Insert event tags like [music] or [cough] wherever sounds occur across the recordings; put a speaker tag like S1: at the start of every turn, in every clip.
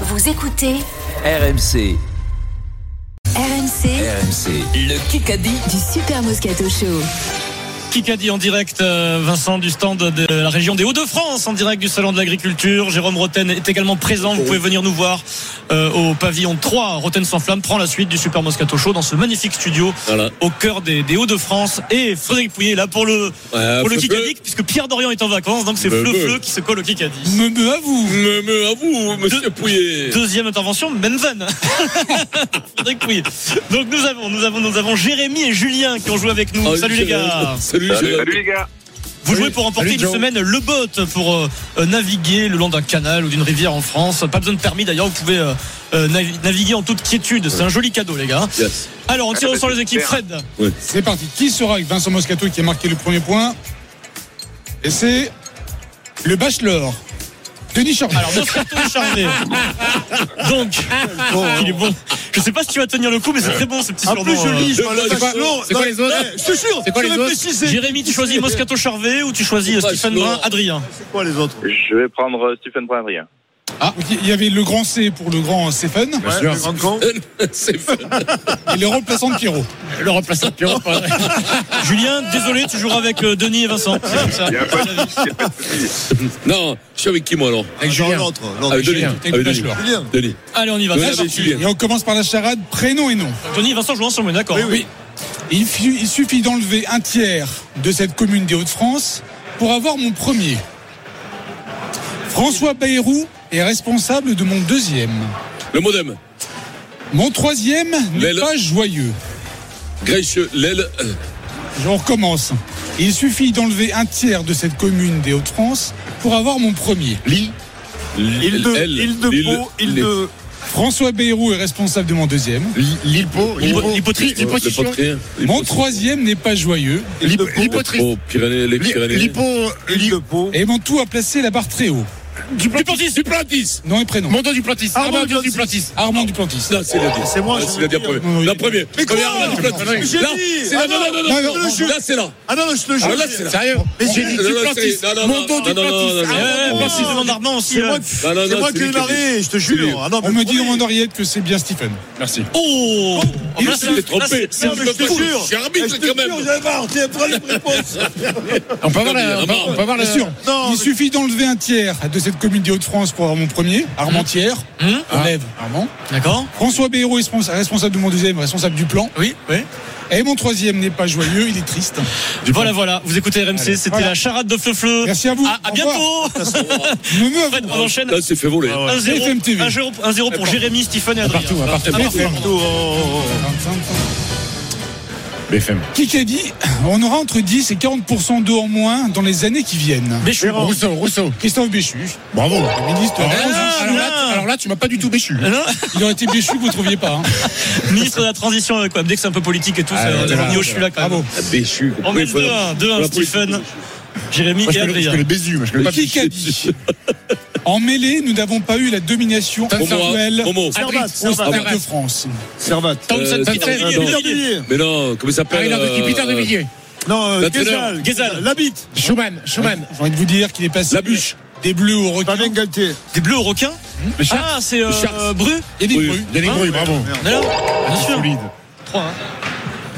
S1: Vous écoutez
S2: RMC,
S1: RMC
S2: RMC, le Kikadi.
S1: du Super Moscato Show.
S3: Kikadi en direct, euh, Vincent, du stand de la région des Hauts-de-France, en direct du Salon de l'Agriculture. Jérôme Roten est également présent. Vous pouvez venir nous voir euh, au pavillon 3. Roten sans flamme prend la suite du Super Moscato Show dans ce magnifique studio
S4: Voilà.
S3: au cœur des, des Hauts-de-France. Et Frédéric Pouillet est là pour le,
S4: Ouais,
S3: pour le
S4: fleu,
S3: Kikadi, puisque Pierre Dorian est en vacances, donc c'est
S4: Bah,
S3: Fleu
S4: bah.
S3: Fleu qui se colle au Kikadi.
S4: Me me à vous. Me me à
S3: Deux-
S4: vous, monsieur Pouillet.
S3: Deuxième intervention, Benven. [laughs] Frédéric Pouillet. Donc nous avons, nous avons, nous avons Jérémy et Julien qui ont joué avec nous.
S4: Ah,
S3: Salut les
S4: Jérôme.
S3: gars.
S4: Salut,
S5: Salut,
S4: Jérôme.
S5: salut les gars.
S3: Vous jouez pour emporter
S6: Salut,
S3: une
S6: Joe.
S3: semaine le boat pour euh, euh, naviguer le long d'un canal ou d'une rivière en France. Pas besoin de permis d'ailleurs, vous pouvez euh, euh, navi- naviguer en toute quiétude. C'est un joli cadeau les gars.
S4: Yes.
S3: Alors on tire
S5: Ah,
S3: au
S5: bah,
S3: sort les
S5: c'est
S3: équipes.
S5: clair.
S3: Fred,
S6: C'est parti. Qui sera avec Vincent Moscato qui a marqué le premier point Et c'est le bachelor. Denis Charvet.
S3: alors Moscato est [laughs] chargé. Donc, il est bon. Je sais pas si tu vas tenir le coup, mais c'est très bon ce petit surnom. euh.
S4: je vois le
S6: C'est quoi-
S4: bachelor.
S6: c'est quoi les autres
S4: Je te jure,
S6: C'est quoi les autres
S3: Jérémy, tu choisis Moscato Charvet ou tu choisis euh,
S4: Pas
S3: Stephen
S4: Florent.
S3: Brun, Adrien
S5: Je vais prendre euh, Stephen Poindrien.
S6: Ah, donc, Il y avait le grand C pour le grand Stéphane
S4: c'est fun.
S6: et le remplaçant de Pierrot.
S3: Le remplaçant
S6: [laughs]
S3: Julien, désolé, tu joueras avec euh, Denis et Vincent. C'est comme ça.
S5: Il y a pas de souci, il y a pas de souci.
S4: Non, je suis avec qui moi alors
S7: Avec Ah Julien. L'autre, l'autre.
S4: Avec Denis.
S6: Julien.
S4: Avec Denis.
S7: Julien.
S4: Denis.
S3: Allez, on y va.
S4: Ouais,
S3: C'est
S4: avec
S3: parti.
S4: Julien.
S6: Et on commence par la charade prénom et nom.
S3: Denis et Vincent jouent ensemble, d'accord. hein.
S6: Il, fu- il suffit d'enlever un tiers de cette commune des Hauts-de-France pour avoir mon premier. François Bayrou est responsable de mon deuxième.
S4: Le modem.
S6: Mon troisième n'est
S4: Lel.
S6: pas joyeux.
S4: Grèche, l'aile. euh,
S6: Je recommence. Il suffit d'enlever un tiers de cette commune des Hauts-de-France pour avoir mon premier.
S7: Île de,
S4: l'aile,
S7: île de
S4: l'île,
S7: Pau, île
S4: les-
S7: de.
S6: François Bayrou est responsable de mon deuxième.
S7: L'île Pau,
S3: L'hypo- l'hypotrice,
S4: Le
S3: l'hypotrition.
S4: potrien.
S6: Mon troisième n'est pas joyeux.
S4: Oh, Pyrénées, les Pyrénées.
S7: L'île de Pau.
S6: Et mon tout a placé la barre très haut.
S4: Duplantis. Duplantis.
S6: Nom et prénom.
S4: Montant Duplantis.
S3: Ah,
S7: Armand Duplantis.
S6: Armand Duplantis.
S4: Non, c'est la dernière.
S7: C'est moi,
S4: Ah,
S7: je
S4: C'est
S7: veux
S4: la dernière.
S7: dire.
S4: première. La
S6: Oui.
S4: première.
S7: Mais quoi
S4: Première, Armand Duplantis.
S7: Mais j'ai
S4: Là,
S7: dit.
S4: c'est la-
S7: Ah
S4: non, non, non,
S6: non,
S4: non,
S6: non,
S4: non. Là, c'est là.
S7: Ah non, non, je te
S4: Ah,
S7: jure.
S4: là, c'est là. Sérieux
S7: Mais j'ai dit
S4: Non, non,
S7: Duplantis.
S4: c'est- non, non,
S7: Mon
S4: non,
S7: dos
S4: non, non, non, non,
S7: Duplantis.
S3: Ouais,
S4: non,
S3: ouais,
S7: Ah,
S3: merci,
S7: non,
S3: demande Armand aussi.
S7: C'est
S3: euh.
S4: Non,
S7: moi,
S4: non,
S7: c'est
S4: non,
S7: moi
S4: c'est
S7: qui ai
S4: lui qui a
S7: démarré, je te
S4: lui.
S7: jure. Ah non,
S6: On
S7: mais
S6: me dit
S7: promis.
S6: dans mon oreillette que c'est bien Stephen. Merci.
S3: Oh
S4: Il
S3: Là,
S4: s'est
S3: c'est- là,
S4: trompé.
S3: c'est- c'est-
S7: Non, Ah, mais je te
S4: Je suis
S7: jure.
S4: arbitre,
S7: Eh, Je te
S4: quand même.
S7: jure, j'avais marre. Tiens, prends les réponses.
S6: On peut
S4: avoir la- on peut- on peut
S6: voir la sûr.
S7: Non,
S6: Il
S7: mais-
S6: suffit d'enlever un tiers de cette commune des Hauts-de-France pour avoir mon premier. Armentière.
S3: Hum,
S6: Enlève Armand.
S3: D'accord.
S6: François Bayrou est respons- responsable de mon deuxième, responsable du plan.
S3: Oui, oui.
S6: Et mon troisième n'est pas joyeux, il est triste.
S3: Voilà, voilà. Vous écoutez RMC, c'était
S6: Voilà.
S3: la charade de Fleu-Fleu.
S6: Merci à vous.
S3: À, à
S6: Au
S3: bientôt [laughs]
S6: Me meuf.
S3: Fred, on enchaîne.
S4: Là, c'est fait voler.
S7: Ah,
S3: 1-0
S6: FMTV.
S3: 1-0 1-0 pour Jérémy, Stephen et Adrien.
S6: Partout, à partir
S3: Ah, partout,
S6: BFM.
S3: pardon.
S6: BFM. Qui qu'a dit On aura entre 10 et 40% d'eau en moins dans les années qui viennent.
S3: Béchu.
S6: Rousseau, Rousseau. Christophe Béchu. Bravo. Le ministre.
S3: là, alors là, tu- alors
S6: tu m'as pas du tout Béchu.
S3: Non
S6: Il aurait été Béchu que vous trouviez pas. hein.
S3: Ministre de la Transition, euh, quand même. Dès que c'est un peu politique et tout,
S6: Ah,
S3: euh,
S6: là, là,
S3: Romeo, je suis là quand même.
S4: Ah,
S6: Bravo.
S4: Béchu.
S3: On mène 2-1, 2-1, Stephen, Jérémy et Adrien.
S6: Bézu, je
S4: pas
S6: Qui
S4: Béchu.
S6: qu'a dit En mêlée, nous n'avons pas eu la domination actuelle
S4: Momo.
S7: Servat,
S6: au
S7: Servat,
S6: Stade de France.
S7: Servat.
S3: Townsend,
S4: Euh,
S3: Peter
S4: Townsend,
S3: Villiers,
S4: non.
S3: Villiers.
S4: Mais non, comment il
S7: Ah,
S4: s'appelle euh,
S7: Non, euh,
S4: L'entraîneur.
S7: Guézal.
S3: Guézal.
S7: L'habite.
S6: Schumann, Schumann. J'ai envie de vous dire qu'il est passé
S4: La bûche.
S6: des bleus au requin.
S7: Fabien Galtier.
S3: Des bleus aux requins Ah, c'est euh,
S4: Sharks.
S3: Bru
S6: Il y a des
S4: Oui.
S6: bruits.
S3: des bruits,
S6: bravo.
S3: On est là Bien sûr.
S6: Solide.
S3: 3-1.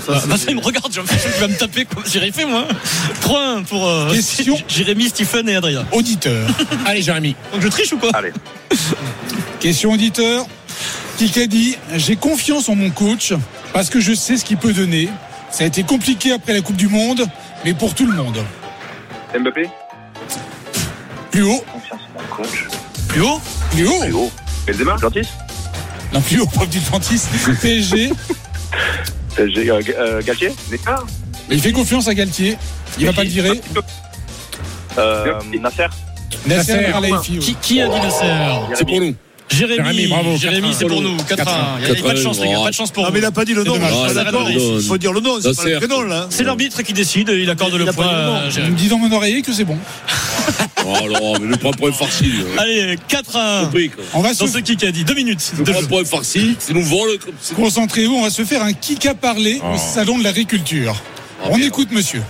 S3: Bah, Vincent, il me regarde, j'ai l'impression qu'il va me taper comme j'ai fait moi. 3-1 pour euh,
S6: Question.
S3: [laughs] Jérémy, Stephen et Adrien.
S6: Auditeur. Hein [laughs] Allez, Jérémy.
S3: Donc je triche ou quoi
S5: Allez.
S6: Question auditeur. Qui a dit J'ai confiance en mon coach parce que je sais ce qu'il peut donner. Ça a été compliqué après la Coupe du Monde, mais pour tout le monde.
S5: Mbappé
S6: Plus haut,
S5: Confiance en mon coach.
S3: Plus haut
S6: plus haut,
S5: Léo. Benzema Gentil
S6: non plus haut, prof du [laughs] dentiste, PSG.
S5: J'ai euh, Ga- euh, Galtier Neymar
S6: Il fait confiance à Galtier. Il va pas le virer.
S5: euh, Nasser
S6: Nasser al
S3: Qui, qui a dit Nasser
S4: C'est pour nous.
S3: Jérémy,
S6: Jérémy, bravo,
S3: Jérémy,
S6: 4-1.
S3: c'est pour nous. 4-1. Il n'y a pas de chance, les gars. Pas de chance pour
S7: Ah, mais
S3: vous.
S7: il a pas dit le nom.
S6: dommage.
S4: Ah,
S7: Ah,
S4: il a pas
S7: d'accord.
S4: dit le nom.
S7: Il faut dire le nom, c'est pas
S4: Nasser.
S7: le prénom, là.
S3: C'est l'arbitre qui décide. Il accorde
S7: Il
S3: le
S7: a pas
S3: point
S7: dit le nom.
S3: à
S6: Il me
S3: Jérémy.
S6: dit dans mon oreiller que c'est bon.
S4: Oh non, mais le prends pour un farci. hein. lui.
S3: Allez, 4-1.
S4: Oui, quoi.
S6: On va se
S3: Dans ce kick a dit. 2 minutes
S4: Le
S3: de
S4: prends
S3: jeu.
S4: pour un farci. C'est nous vole. comme c'est-
S6: concentrer, on va se faire un kick à parler au salon de l'agriculture.
S4: Ah,
S6: On
S4: merde.
S6: écoute monsieur.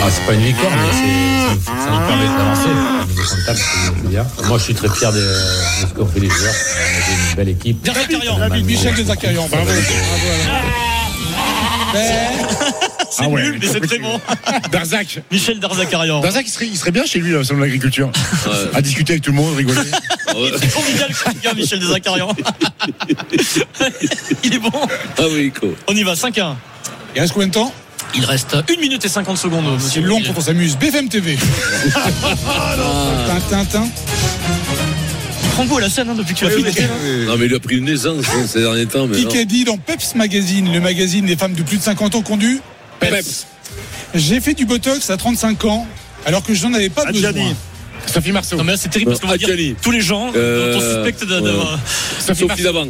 S8: Ah, c'est pas une licorne, mais c'est- ça, ça nous permet d'avancer au niveau comptable, c'est- c'est bien. Moi, je suis très fier de, de ce qu'ont fait les joueurs. On avait une belle équipe.
S3: Bien, Zakarian.
S8: Manu,
S6: Michel de Zakarian. Bravo. Ben,
S3: C'est nul, mais c'est très bon.
S9: Darzac.
S3: Michel Darzakarian.
S9: Darzac, il serait, il serait bien chez lui, là, au salon de l'agriculture. À discuter avec tout le monde, rigoler.
S4: Ah,
S3: C'est convivial, ce gars, Michel Darzakarian. Il est bon.
S4: Ah oui, quoi.
S3: On y va, 5-1.
S6: Il reste combien de temps
S3: Il reste 1 minute et 50 secondes.
S6: C'est
S3: monsieur
S6: long
S3: Bourguil.
S6: pour qu'on s'amuse. BFM TV. Tintin.
S3: Il prend goût à la scène hein, depuis que tu as fait l'été, hein.
S4: Non, mais il a pris une aisance hein, ces derniers temps. Mais non.
S6: Picadie dans Peps Magazine, le magazine des femmes de plus de 50 ans qu'on dû.
S4: Peps.
S6: J'ai fait du botox à 35 ans, alors que je n'en avais pas besoin.
S7: Adjani.
S9: Sophie Marceau.
S3: Non, mais là, c'est terrible parce qu'on va dire
S4: Akali.
S3: tous les gens
S4: Euh,
S3: dont on suspecte d'a- d'avoir.
S9: Sophie
S4: Sophie
S9: Marceau.
S4: Davant.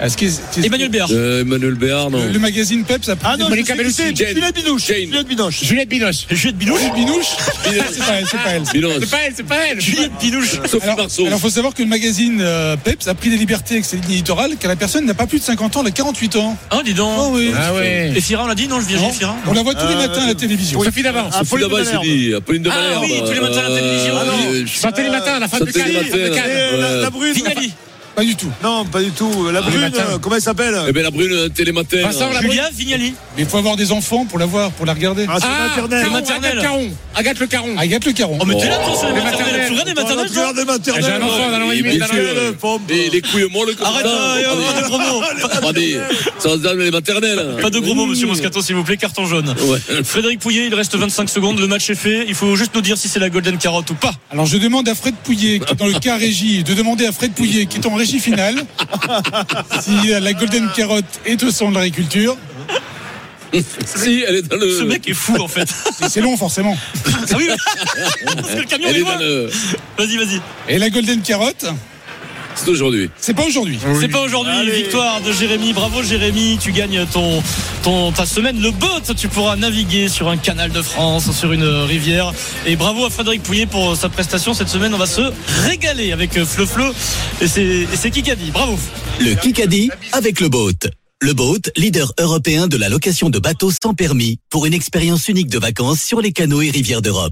S6: Est-ce que- est-ce que-
S3: Emmanuel Béard.
S4: Euh, Emmanuel Béard, non.
S6: Le magazine Peps a
S7: Ah non, je
S9: Monica
S7: sais qui c'est.
S9: Bellucci.
S4: Jane.
S7: Juliette Binoche.
S4: Jane.
S7: Juliette Binoche.
S9: Juliette Binoche.
S3: Juliette Binouche.
S6: Binouche C'est pas elle, c'est pas elle.
S4: Bilan.
S9: C'est pas elle, c'est pas elle.
S3: Juliette Binouche.
S4: Sophie
S6: Alors,
S4: Marceau.
S6: il faut savoir que le magazine euh, Peps a pris des libertés avec ses lignes éditoriales car la personne n'a pas plus de 50 ans, elle a 48 ans.
S3: Ah, dis donc.
S7: Oh,
S6: Ah oui.
S9: Ah ouais.
S3: Et Fira, on l'a dit, non, je viens
S6: Non,
S3: Fira.
S6: On la voit tous les
S7: Euh,
S6: matins à la télévision.
S9: Sophie Davant.
S7: Ah,
S4: Sophie
S7: Pauline
S4: Davant, il s'est
S7: Malherbe.
S4: dit. Apolline de euh,
S3: Ah
S4: Malherbe.
S3: oui, tous les matins à la télévision.
S4: Ah, non.
S3: Oui.
S9: Santé les matins, la fin de
S4: Santé les
S9: Cannes.
S4: matins.
S9: de
S7: Et
S9: Cannes.
S7: la, la brune.
S3: Finali.
S6: Pas du tout.
S7: Non, pas du tout. La brune,
S9: matin.
S7: euh, comment elle
S4: Eh
S7: s'appelle
S4: bien, la brune, télématin.
S9: Vincent, la
S3: Julia Vignali.
S6: Mais il faut avoir des enfants pour la voir, pour la regarder.
S7: Ah, sur
S9: Ah,
S7: Internet.
S9: Caron,
S3: maternelle.
S9: Agathe Caron. Agathe le Caron.
S6: Agathe Le Caron.
S3: Oh, mais t'es là, toi, sur les
S9: Les
S3: maternelles.
S9: maternelles.
S3: Tu regardes les
S7: Dans Ah, la
S3: maternelles, toi
S7: plupart des maternelles.
S9: J'ai un enfant dans
S6: Eh,
S4: Et
S9: l'anonymat.
S4: bien
S9: dans la-
S4: sûr,
S7: le pompe.
S4: les, les couilles molles comme
S3: Arrête,
S4: ça.
S3: euh,
S4: Attendez.
S3: pas de gros mots.
S4: Attendez, ça se donne les maternelles. hein.
S3: Pas de gros mots, monsieur Moscato, s'il vous plaît, carton jaune.
S4: Ouais. [laughs]
S3: Frédéric Pouillet, il reste 25 secondes, le match est fait. Il faut juste nous dire si c'est la Golden Carotte ou pas.
S6: Alors je demande à Fred Pouillet, qui
S9: [laughs]
S6: est dans le cas régie, de demander à Fred Pouillet, qui est en régie finale, si euh, la Golden Carotte est au centre de l'agriculture.
S4: Si, elle est dans le.
S3: Ce mec est fou, en fait.
S6: Et C'est long forcément.
S3: Ah oui, oui. [laughs] Parce que le camion
S4: Elle
S3: est
S4: est dans
S3: loin.
S4: le.
S3: Vas-y, vas-y.
S6: Et la Golden Carotte,
S4: C'est aujourd'hui.
S6: c'est pas aujourd'hui.
S3: C'est pas aujourd'hui,
S7: Allez.
S3: victoire de Jérémy. Bravo Jérémy, tu gagnes ton, ton ta semaine le boat. Tu pourras naviguer sur un canal de France, sur une rivière. Et bravo à Frédéric Pouillet pour sa prestation cette semaine. On va se régaler avec Fleu Fleu. Et c'est et c'est Kikadi. Bravo.
S10: Le Kikadi avec le boat. Le boat, leader européen de la location de bateaux sans permis, pour une expérience unique de vacances sur les canaux et rivières d'Europe.